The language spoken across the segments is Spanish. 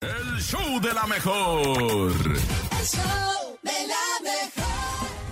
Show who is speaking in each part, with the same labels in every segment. Speaker 1: El show de la mejor.
Speaker 2: El show de la mejor.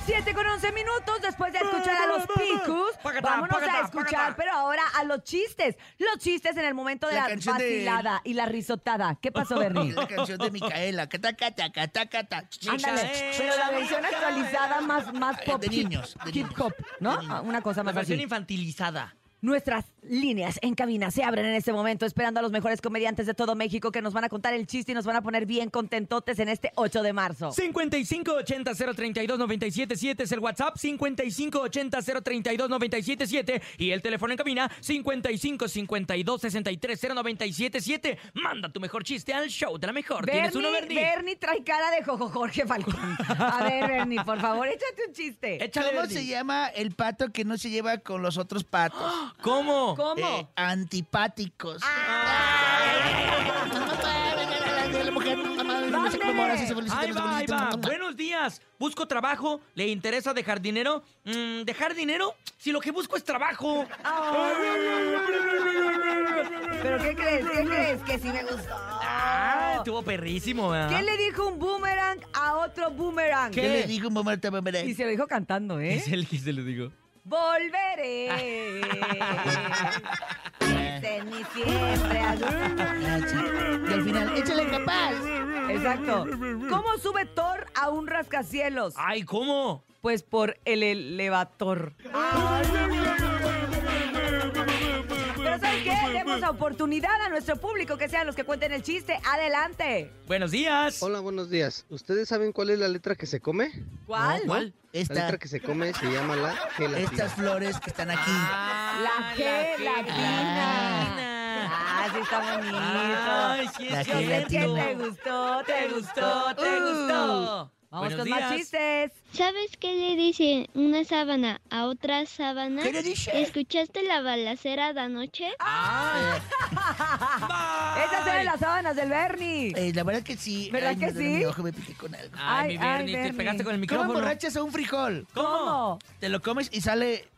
Speaker 3: 7 con 11 minutos después de escuchar a los picus.
Speaker 4: Págata,
Speaker 3: Vámonos a
Speaker 4: págata,
Speaker 3: escuchar,
Speaker 4: págata.
Speaker 3: pero ahora a los chistes. Los chistes en el momento de
Speaker 5: La
Speaker 3: la,
Speaker 5: canción de-
Speaker 3: vacilada y la risotada. ¿Qué pasó, Bernie?
Speaker 5: Es la canción de Micaela. que taca, taca, taca, taca.
Speaker 3: Ándale, pero la versión actualizada más, más
Speaker 5: De
Speaker 3: pop. hip-
Speaker 5: niños, de
Speaker 3: hip
Speaker 5: niños,
Speaker 3: hop, ¿no?
Speaker 5: de niños.
Speaker 3: Ah, Una cosa
Speaker 4: La
Speaker 3: más
Speaker 4: versión
Speaker 3: así.
Speaker 4: infantilizada.
Speaker 3: Nuestras líneas en cabina se abren en este momento, esperando a los mejores comediantes de todo México que nos van a contar el chiste y nos van a poner bien contentotes en este 8 de marzo.
Speaker 4: 5580-032-977 es el WhatsApp, 5580-032-977 y el teléfono en cabina, 5552-630977. Manda tu mejor chiste al show de la mejor. ¿Tienes uno, Bernie?
Speaker 3: Bernie trae cara de Jojo Jorge Falcón. A ver, Bernie, por favor, échate un chiste.
Speaker 4: Échale,
Speaker 5: ¿Cómo
Speaker 4: Bernie.
Speaker 5: se llama el pato que no se lleva con los otros patos?
Speaker 4: ¿Cómo?
Speaker 3: ¿Cómo?
Speaker 5: Eh, antipáticos. La mujer, mamá, no sé cómo, ahora sí se felicita,
Speaker 4: Ahí
Speaker 5: no se
Speaker 4: va, ahí
Speaker 5: felicita,
Speaker 4: va.
Speaker 5: mamá.
Speaker 4: Buenos días. Busco trabajo. ¿Le interesa dejar dinero? Mm, ¿Dejar dinero? Si lo que busco es trabajo.
Speaker 3: ¿Pero qué crees? ¿Qué crees? Que sí me gustó.
Speaker 4: Ah, estuvo perrísimo, ¿verdad?
Speaker 3: ¿Qué le dijo un boomerang a otro boomerang?
Speaker 5: ¿Qué le digo, mamá? Ahorita, mamá,
Speaker 3: Y
Speaker 5: mamá.
Speaker 3: se lo dijo cantando, ¿eh?
Speaker 4: Es el que se lo digo.
Speaker 3: Volveré. Dicen mi siempre algún-
Speaker 5: Ah, sí. Ah, Y al final, échale capaz.
Speaker 3: Exacto. ¿Cómo sube Thor a un rascacielos?
Speaker 4: Ay, ¿cómo?
Speaker 3: Pues por el elevador. Pero ¿sabes qué? Demos la oportunidad a nuestro público que sean los que cuenten el chiste. Adelante.
Speaker 4: Buenos días.
Speaker 6: Hola, buenos días. ¿Ustedes saben cuál es la letra que se come?
Speaker 3: ¿Cuál?
Speaker 4: ¿Cuál?
Speaker 6: La letra
Speaker 5: Esta,
Speaker 6: que se come se llama la gelatina.
Speaker 5: estas flores que están aquí.
Speaker 4: Ah,
Speaker 3: Ah, La G, la gelatina. Ah, sí está bonito.
Speaker 4: Ah, Ay, sí
Speaker 5: La
Speaker 4: es
Speaker 3: Yo sé
Speaker 5: gelatina.
Speaker 3: que
Speaker 4: cierto.
Speaker 3: te gustó, te gustó, te
Speaker 4: Uh.
Speaker 3: gustó. Vamos
Speaker 4: Buenos
Speaker 3: con más
Speaker 4: días.
Speaker 3: chistes.
Speaker 7: ¿Sabes qué le dice una sábana a otra sábana?
Speaker 5: ¿Qué le dice? Ah.
Speaker 7: ¿Escuchaste la balacera de anoche?
Speaker 4: Ay. Bye.
Speaker 3: Esas eran las sábanas del Bernie.
Speaker 5: Eh, la verdad que sí.
Speaker 3: ¿Verdad
Speaker 5: Ay,
Speaker 3: que
Speaker 5: me duele
Speaker 3: sí?
Speaker 5: mi ojo, me piqué con algo.
Speaker 4: Ay, mi
Speaker 3: Ay, ay,
Speaker 4: Bernie, te
Speaker 3: Bernie.
Speaker 4: pegaste con
Speaker 5: ¿Cómo
Speaker 4: el Ah, micrófono.
Speaker 5: emborrachas a un frijol?
Speaker 3: ¿Cómo?
Speaker 5: Te lo comes y sale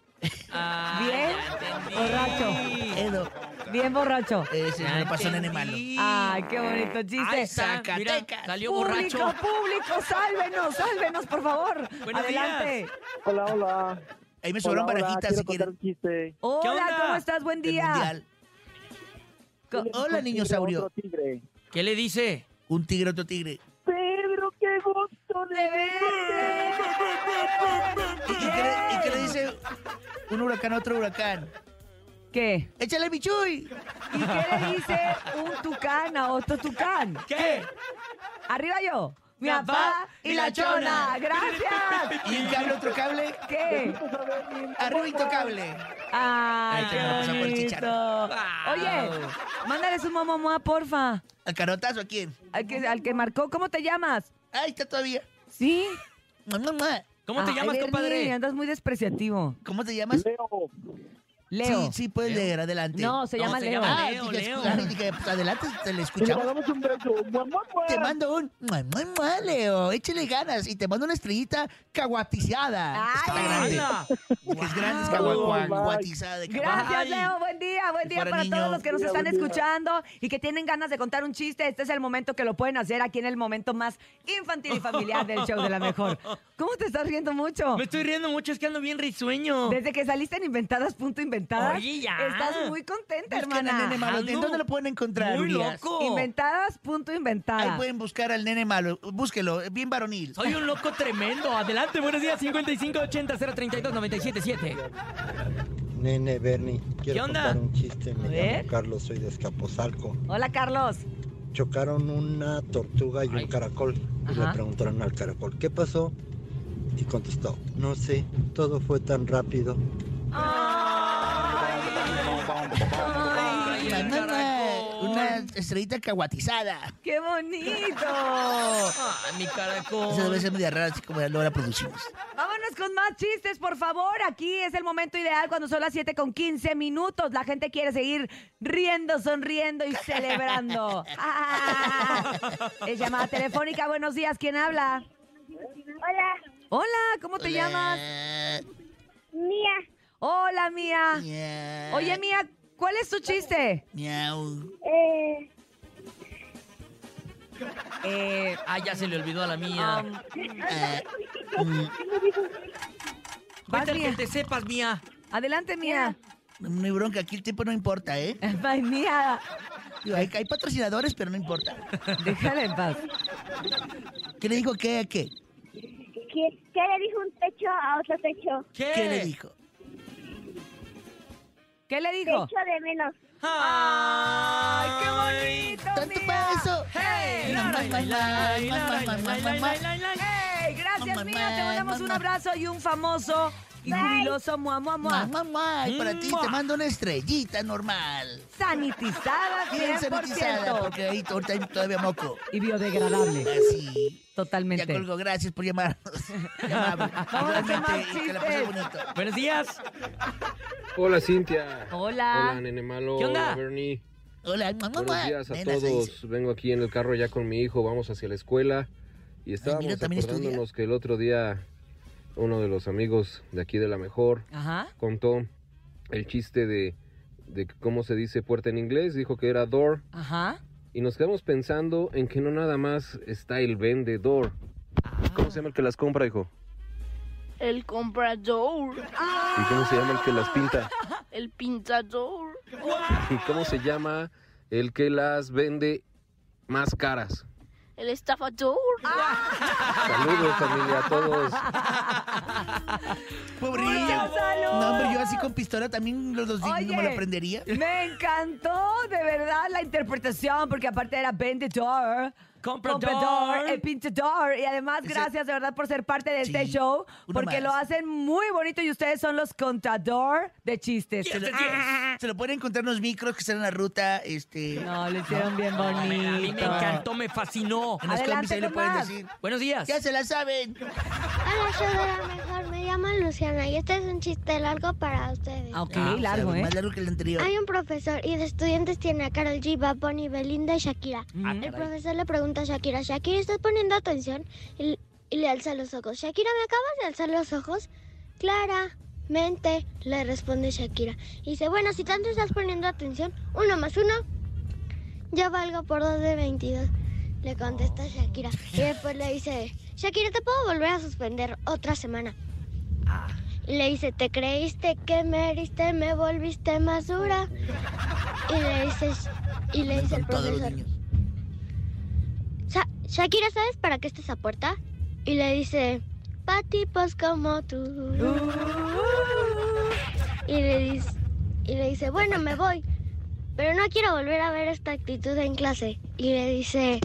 Speaker 4: Ah,
Speaker 3: Bien,
Speaker 4: ya entendí.
Speaker 3: borracho.
Speaker 5: Edo.
Speaker 3: Bien borracho.
Speaker 5: Eh, se me pasó un
Speaker 4: Entendí.
Speaker 5: animal.
Speaker 3: Ay, qué bonito chiste.
Speaker 4: Ahí está, mira,
Speaker 5: Zacatecas.
Speaker 4: salió
Speaker 3: Público,
Speaker 4: borracho.
Speaker 3: público, sálvenos, sálvenos, por favor.
Speaker 4: Buenos
Speaker 3: Adelante.
Speaker 4: días.
Speaker 8: Hola, hola.
Speaker 5: Ahí me sobraron
Speaker 8: Hola, hola,
Speaker 5: barajitas
Speaker 8: quiero
Speaker 5: si
Speaker 8: contar
Speaker 5: quieren.
Speaker 8: un chiste.
Speaker 4: ¿Qué
Speaker 3: Hola,
Speaker 4: onda?
Speaker 3: ¿cómo estás? Buen
Speaker 5: del
Speaker 3: día.
Speaker 5: mundial.
Speaker 3: Co-
Speaker 5: Hola, niño saurio.
Speaker 8: Otro tigre.
Speaker 4: ¿Qué le dice?
Speaker 5: Un tigre, otro tigre.
Speaker 8: Pedro, qué gusto de verte.
Speaker 5: ¿Y, y qué le, y qué le dice un huracán a otro huracán?
Speaker 3: ¿Qué?
Speaker 5: ¡Échale, Michuy!
Speaker 3: ¿Y qué le dice un tucán a otro tucán?
Speaker 4: ¿Qué?
Speaker 3: Arriba yo. Mi
Speaker 4: Mi
Speaker 3: papá
Speaker 4: papá
Speaker 3: y la chona. Gracias.
Speaker 5: Y un cable, otro cable.
Speaker 3: ¿Qué?
Speaker 5: Arriba intocable.
Speaker 3: Ay,
Speaker 5: Ahí
Speaker 3: qué
Speaker 5: te la pasamos el
Speaker 3: bonito.
Speaker 5: chicharro.
Speaker 3: Oye, mándales un momomoa, porfa.
Speaker 5: ¿Al carotazo a quién?
Speaker 3: Al que, al que marcó, ¿cómo te llamas?
Speaker 5: Ahí está todavía.
Speaker 3: ¿Sí?
Speaker 5: Mua, mua, mua.
Speaker 4: ¿Cómo te
Speaker 3: Ay,
Speaker 4: llamas,
Speaker 3: Ah, Bernie,
Speaker 4: compadre?
Speaker 3: Andas muy despreciativo.
Speaker 5: ¿Cómo te llamas?
Speaker 8: Leo,
Speaker 3: Leo.
Speaker 5: Sí, sí, puedes leer, adelante.
Speaker 3: No, se
Speaker 4: No,
Speaker 3: llama
Speaker 4: se
Speaker 3: Leo.
Speaker 4: llama
Speaker 5: Ah,
Speaker 4: Leo,
Speaker 5: dije,
Speaker 4: Leo.
Speaker 5: escucha, dije, pues adelante, te le
Speaker 8: y le
Speaker 5: escuchamos.
Speaker 8: damos un beso. Mua, mua, mua.
Speaker 5: Te mando un mua, mua, mua, Leo, échale ganas y te mando una estrellita caguatizada. Es que está
Speaker 3: Ay.
Speaker 5: grande.
Speaker 4: Hola.
Speaker 5: Que es grande, es
Speaker 8: Guau.
Speaker 5: cagua- caguatizada de caguatizada.
Speaker 3: Gracias,
Speaker 4: Ay.
Speaker 3: Leo. Buen día, buen
Speaker 5: Si
Speaker 3: día
Speaker 5: fuera
Speaker 3: para
Speaker 5: niño.
Speaker 3: todos los que nos
Speaker 8: Buen día,
Speaker 3: están
Speaker 8: buen día.
Speaker 3: escuchando y que tienen ganas de contar un chiste. Este es el momento que lo pueden hacer aquí en el momento más infantil y familiar del show de la mejor. ¿Cómo te estás riendo mucho?
Speaker 4: Me estoy riendo mucho, es que ando bien risueño.
Speaker 3: Desde que saliste en Inventadas, punto inventadas.
Speaker 4: Oye, ya.
Speaker 3: Estás muy contenta,
Speaker 5: Busquen
Speaker 3: hermana.
Speaker 5: al nene malo.
Speaker 4: Ando
Speaker 5: ¿En dónde lo pueden encontrar?
Speaker 4: Muy
Speaker 5: Urias?
Speaker 4: loco.
Speaker 3: Inventadas, punto
Speaker 5: Ahí
Speaker 3: inventadas.
Speaker 5: pueden buscar al nene malo. Búsquelo, es bien varonil.
Speaker 4: Soy un loco tremendo. Adelante, buenos días. 5580-032-977.
Speaker 9: Nene, Bernie, quiero
Speaker 4: onda?
Speaker 9: contar un chiste. Me
Speaker 3: A
Speaker 9: llamo
Speaker 3: ver.
Speaker 9: Carlos, soy de Escapozalco.
Speaker 3: Hola, Carlos.
Speaker 9: Chocaron una tortuga y un caracol. Y
Speaker 3: Ajá.
Speaker 9: le preguntaron al caracol, ¿qué pasó? Y contestó, no sé, todo fue tan rápido.
Speaker 4: Ay,
Speaker 5: Mua,
Speaker 4: el
Speaker 5: mua, mua.
Speaker 4: caracol.
Speaker 5: Una estrellita caguatizada.
Speaker 3: ¡Qué bonito!
Speaker 4: Ay, mi caracol.
Speaker 5: Esa debe ser media rara, así como luego la producimos.
Speaker 3: Vámonos con más chistes, por favor. Aquí es el momento ideal cuando son las 7 con 15 minutos. La gente quiere seguir riendo, sonriendo y celebrando. Ah. es llamada telefónica. Buenos días. ¿Quién habla?
Speaker 10: Hola,
Speaker 3: Hola, ¿cómo te
Speaker 5: Hola.
Speaker 3: llamas?
Speaker 10: Mía.
Speaker 3: Hola, Mía.
Speaker 5: Miau.
Speaker 3: Oye, Mía, ¿cuál es tu chiste?
Speaker 5: Miau.
Speaker 10: Eh,
Speaker 3: Eh,
Speaker 4: Ah, ya se le olvidó a la mía.
Speaker 3: um,
Speaker 5: Eh, mm,
Speaker 3: vas,
Speaker 4: Vete al que
Speaker 3: mía.
Speaker 4: te sepas, mía.
Speaker 3: Adelante, mía.
Speaker 5: no hay bronca, aquí el tiempo no importa, ¿eh?
Speaker 3: Ay, mía.
Speaker 5: Digo, hay, hay patrocinadores, pero no importa.
Speaker 3: Déjala en paz.
Speaker 5: ¿Qué le dijo qué a qué?
Speaker 10: ¿Qué, qué le dijo un techo a otro techo?
Speaker 4: ¿Qué?
Speaker 5: ¿Qué le dijo?
Speaker 3: ¿Qué le dijo?
Speaker 10: Techo de menos.
Speaker 4: ¡Ay, qué bonito!
Speaker 5: ¡Tanto para eso!
Speaker 4: ¡Hey! La, la, la, la, la, la, la, la, la, la, la, la.
Speaker 3: ¡Ey! Gracias,
Speaker 5: Mamá,
Speaker 3: mía. Te mandamos un
Speaker 5: mamá.
Speaker 3: abrazo y un famoso y jubiloso mua, mua, mua.
Speaker 5: Mamá, mamá, y para ti
Speaker 4: Mua.
Speaker 5: te mando una estrellita normal.
Speaker 3: Sanitizada
Speaker 5: Bien sanitizada,
Speaker 3: 100%.
Speaker 5: porque ahí ahorita hay todavía moco.
Speaker 3: Y biodegradable.
Speaker 5: Así. Ya
Speaker 3: Totalmente.
Speaker 5: colgo, gracias por llamarnos. Qué amable.
Speaker 3: Vamos a hacer más
Speaker 5: Igualmente, y que la pases
Speaker 3: chistes.
Speaker 5: bonito.
Speaker 4: Buenos días.
Speaker 6: Hola, Cintia.
Speaker 3: Hola.
Speaker 6: nene malo.
Speaker 4: ¿Qué onda?
Speaker 6: Hola, Bernie.
Speaker 5: Hola, mamá.
Speaker 6: Buenos días a
Speaker 5: Nena, se dice.
Speaker 6: todos. Vengo aquí en el carro ya con mi hijo. Vamos hacia la escuela. Y estábamos
Speaker 5: también estudia.
Speaker 6: acordándonos que el otro día uno de los amigos de aquí de La Mejor
Speaker 3: Ajá.
Speaker 6: contó el chiste de, de cómo se dice puerta en inglés. Dijo que era door.
Speaker 3: Ajá.
Speaker 6: Y nos quedamos pensando en que no nada más está el vendedor. ¿Cómo se llama el que las compra, hijo?
Speaker 10: El comprador,
Speaker 6: ¿Y cómo se llama el que las pinta?
Speaker 10: el pintador,
Speaker 6: ¿Y cómo se llama el que las vende más caras?
Speaker 10: el estafador.
Speaker 6: Saludos, familia, a todos.
Speaker 5: Pobrillo.
Speaker 3: Muchas salud.
Speaker 5: No, hombre, yo así con pistola también los dos
Speaker 3: Oye.
Speaker 5: dignos me lo prendería.
Speaker 3: Me encantó de verdad la interpretación porque aparte era vendedor.
Speaker 4: Comprador.
Speaker 3: el pintador. Y además, gracias de verdad por ser parte de este
Speaker 5: Sí,
Speaker 3: show,
Speaker 5: uno
Speaker 3: porque
Speaker 5: más.
Speaker 3: lo hacen muy bonito y ustedes son los contador de chistes.
Speaker 5: Se lo, se lo pueden encontrar en los micros que están en la ruta, este...
Speaker 3: No, lo hicieron bien
Speaker 4: A mí
Speaker 3: bonito.
Speaker 4: me encantó, me fascinó.
Speaker 5: En los
Speaker 3: Adelante
Speaker 5: combis ahí le
Speaker 3: con
Speaker 5: pueden
Speaker 3: más.
Speaker 5: decir.
Speaker 4: Buenos días.
Speaker 5: Ya se la saben.
Speaker 7: Hola, yo de la mejor. Me llamo Luciana y este es un chiste largo para ustedes.
Speaker 3: Ah, ok,
Speaker 5: Ah, o sea,
Speaker 3: largo, ¿eh?
Speaker 5: Más largo que el anterior.
Speaker 7: Hay un profesor y de estudiantes tiene a Carol G, Bad Bunny, Belinda y Shakira.
Speaker 4: Ah,
Speaker 7: El
Speaker 4: caray.
Speaker 7: profesor le pregunta a Shakira, Shakira, ¿estás poniendo atención? Y, l- y le alza los ojos. Shakira, ¿me acabas de alzar los ojos? Claramente, le responde Shakira. Y dice, bueno, si tanto estás poniendo atención, uno más uno, ya valgo por dos de 22. Le contesta Shakira. Y después le dice, Shakira, ¿te puedo volver a suspender otra semana? Y le dice, ¿te creíste que me heriste, me volviste más dura? Y le dice, y le dice el
Speaker 5: Con todos los
Speaker 7: profesor,
Speaker 5: niños.
Speaker 7: Sa- Shakira, ¿sabes para qué está esa puerta? Y le dice, pa tipos como tú. Y le dice, y le dice, bueno, me voy, pero no quiero volver a ver esta actitud en clase. Y le dice,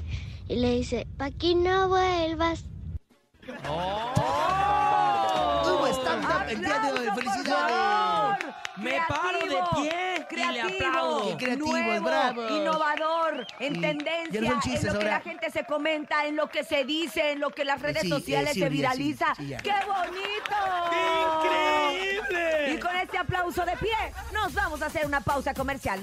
Speaker 7: y le dice, pa aquí no vuelvas.
Speaker 5: Hubo stand-up Pues, el día de hoy.
Speaker 3: ¡Aplauso, por
Speaker 5: ¡Felicidades!
Speaker 3: favor!
Speaker 4: Me paro de
Speaker 3: Creativo,
Speaker 4: pie y le aplaudo.
Speaker 5: Qué creativos,
Speaker 3: nuevo,
Speaker 5: bravos.
Speaker 3: innovador, en
Speaker 5: Sí,
Speaker 3: tendencia,
Speaker 5: ya no son chistes
Speaker 3: en lo que
Speaker 5: ahora.
Speaker 3: la gente se comenta, en lo que se dice, en lo que las redes
Speaker 5: Sí, eh,
Speaker 3: sociales
Speaker 5: sí,
Speaker 3: se
Speaker 5: Uriel, sí,
Speaker 3: viraliza.
Speaker 5: sí, ya.
Speaker 3: ¡Qué bonito!
Speaker 4: ¡Increíble!
Speaker 3: Y con este aplauso de pie, nos vamos a hacer una pausa comercial.